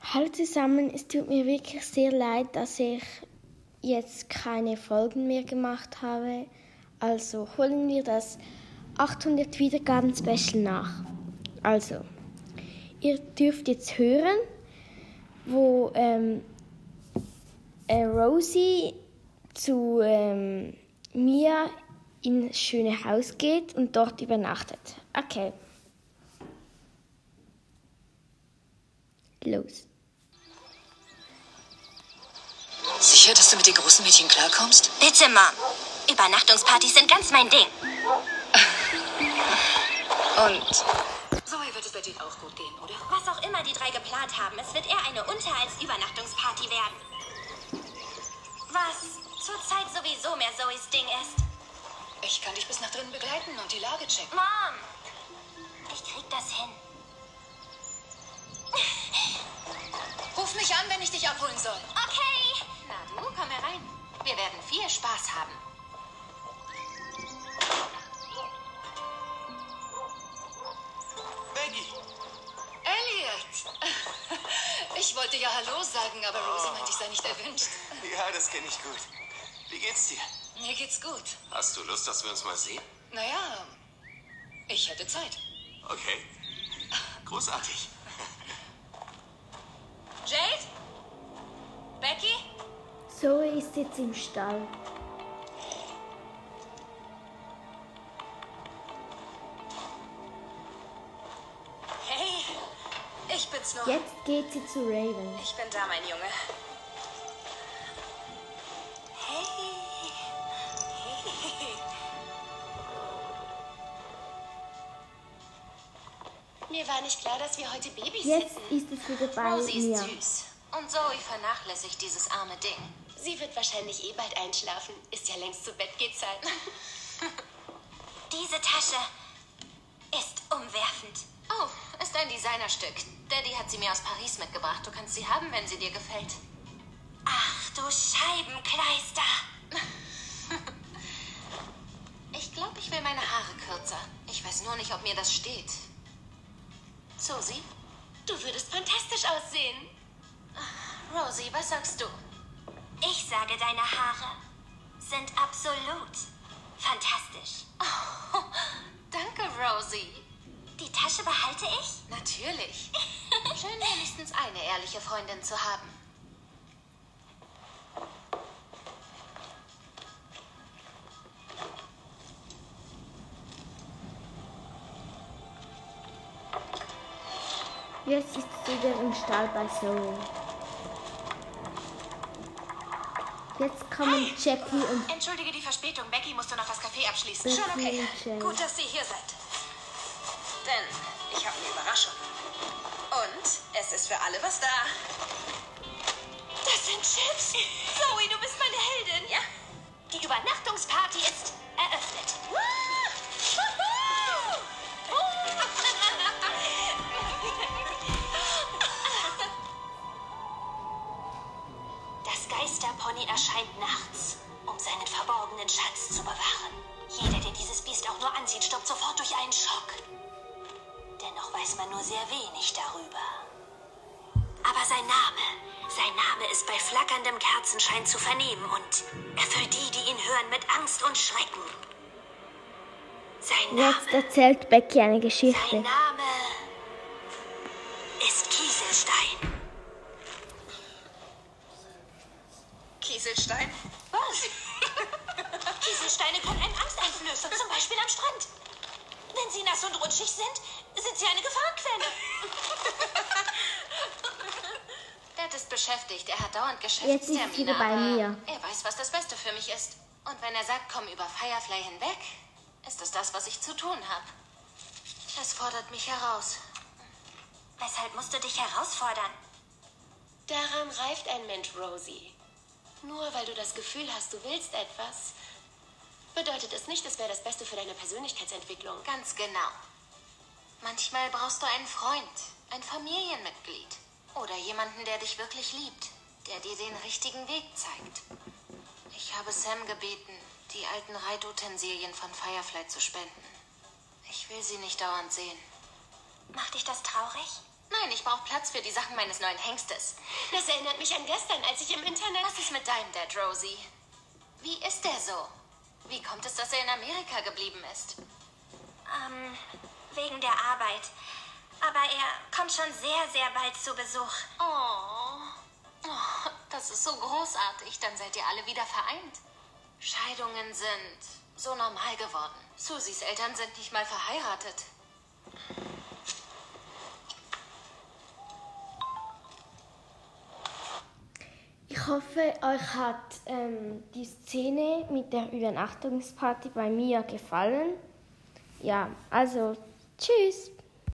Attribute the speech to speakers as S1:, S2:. S1: Hallo zusammen, es tut mir wirklich sehr leid, dass ich jetzt keine Folgen mehr gemacht habe. Also holen wir das 800 Wiedergaben Special nach. Also, ihr dürft jetzt hören, wo ähm, äh, Rosie zu ähm, Mia ins schöne Haus geht und dort übernachtet. Okay, los.
S2: Sicher, dass du mit den großen Mädchen klarkommst?
S3: Bitte, Mom. Übernachtungspartys sind ganz mein Ding.
S2: Und. Zoe wird es bei dir auch gut gehen, oder?
S3: Was auch immer die drei geplant haben, es wird eher eine Unter- als Übernachtungsparty werden. Was zurzeit sowieso mehr Zoes Ding ist.
S2: Ich kann dich bis nach drinnen begleiten und die Lage checken.
S3: Mom! Ich krieg das hin.
S2: Ruf mich an, wenn ich dich abholen soll.
S3: Okay!
S4: Na du, komm herein. Wir werden viel Spaß haben.
S5: Maggie,
S2: Elliot! Ich wollte ja Hallo sagen, aber Rosie meinte, ich sei nicht erwünscht.
S5: Ja, das kenne ich gut. Wie geht's dir?
S2: Mir geht's gut.
S5: Hast du Lust, dass wir uns mal sehen?
S2: Naja, ich hätte Zeit.
S5: Okay. Großartig.
S4: Jade? Becky?
S1: Zoe ist jetzt im Stall.
S4: Hey, ich bin's nur.
S1: Jetzt geht sie zu Raven.
S4: Ich bin da, mein Junge. Hey. Hey.
S3: Mir war nicht klar, dass wir heute Babys
S1: Jetzt ist es wieder bei
S3: Oh,
S4: Rosie ist
S1: mir.
S4: süß. Und Zoe vernachlässigt dieses arme Ding.
S3: Sie wird wahrscheinlich eh bald einschlafen. Ist ja längst zu Bett halt. geht Zeit. Diese Tasche ist umwerfend.
S4: Oh, ist ein Designerstück. Daddy hat sie mir aus Paris mitgebracht. Du kannst sie haben, wenn sie dir gefällt.
S3: Ach du Scheibenkleister.
S4: Ich glaube, ich will meine Haare kürzer. Ich weiß nur nicht, ob mir das steht. Susi?
S3: Du würdest fantastisch aussehen.
S4: Rosie, was sagst du?
S3: Ich sage, deine Haare sind absolut fantastisch.
S4: Danke, Rosie.
S3: Die Tasche behalte ich?
S4: Natürlich. Schön, wenigstens eine ehrliche Freundin zu haben.
S1: Jetzt ist sie wieder im Stall bei Zoe. Jetzt kommen Jackie und
S4: Entschuldige die Verspätung. Becky musste noch das Café abschließen.
S1: Becky
S4: Schon okay.
S1: und Jane.
S4: Gut, dass ihr hier seid. Denn ich habe eine Überraschung. Und es ist für alle was da.
S3: Das sind Chips. Zoe, du bist meine Heldin. Ja. Die Übernachtungsparty ist eröffnet. Das Geisterpony erscheint nachts, um seinen verborgenen Schatz zu bewahren. Jeder, der dieses Biest auch nur ansieht, stirbt sofort durch einen Schock. Dennoch weiß man nur sehr wenig darüber. Aber sein Name, sein Name ist bei flackerndem Kerzenschein zu vernehmen und erfüllt die, die ihn hören, mit Angst und Schrecken. Sein Name,
S1: jetzt erzählt Becky eine
S3: sein
S1: Geschichte.
S3: Name ist Kieselstein.
S4: Kieselstein?
S3: Was? Kieselsteine können einen Angst einflößen, zum Beispiel am Strand. Wenn sie nass und rutschig sind, sind sie eine Gefahrenquelle.
S4: Dad ist beschäftigt. Er hat dauernd
S1: Jetzt
S4: Geschäftstermine.
S1: ist es wieder bei
S4: aber
S1: mir.
S4: Er weiß, was das Beste für mich ist. Und wenn er sagt, komm über Firefly hinweg, ist es das, was ich zu tun habe. Es fordert mich heraus.
S3: Weshalb musst du dich herausfordern?
S6: Daran reift ein Mensch, Rosie. Nur weil du das Gefühl hast, du willst etwas, bedeutet es nicht, es wäre das Beste für deine Persönlichkeitsentwicklung.
S4: Ganz genau. Manchmal brauchst du einen Freund, ein Familienmitglied oder jemanden, der dich wirklich liebt, der dir den richtigen Weg zeigt. Ich habe Sam gebeten, die alten Reitutensilien von Firefly zu spenden. Ich will sie nicht dauernd sehen.
S3: Macht dich das traurig? Nein, ich brauche Platz für die Sachen meines neuen Hengstes.
S7: Das erinnert mich an gestern, als ich im Internet.
S3: Was ist mit deinem Dad, Rosie? Wie ist er so? Wie kommt es, dass er in Amerika geblieben ist?
S8: Ähm, wegen der Arbeit. Aber er kommt schon sehr, sehr bald zu Besuch.
S3: Oh. oh, das ist so großartig. Dann seid ihr alle wieder vereint. Scheidungen sind so normal geworden. Susis Eltern sind nicht mal verheiratet.
S1: Ich hoffe, euch hat ähm, die Szene mit der Übernachtungsparty bei mir gefallen. Ja, also tschüss.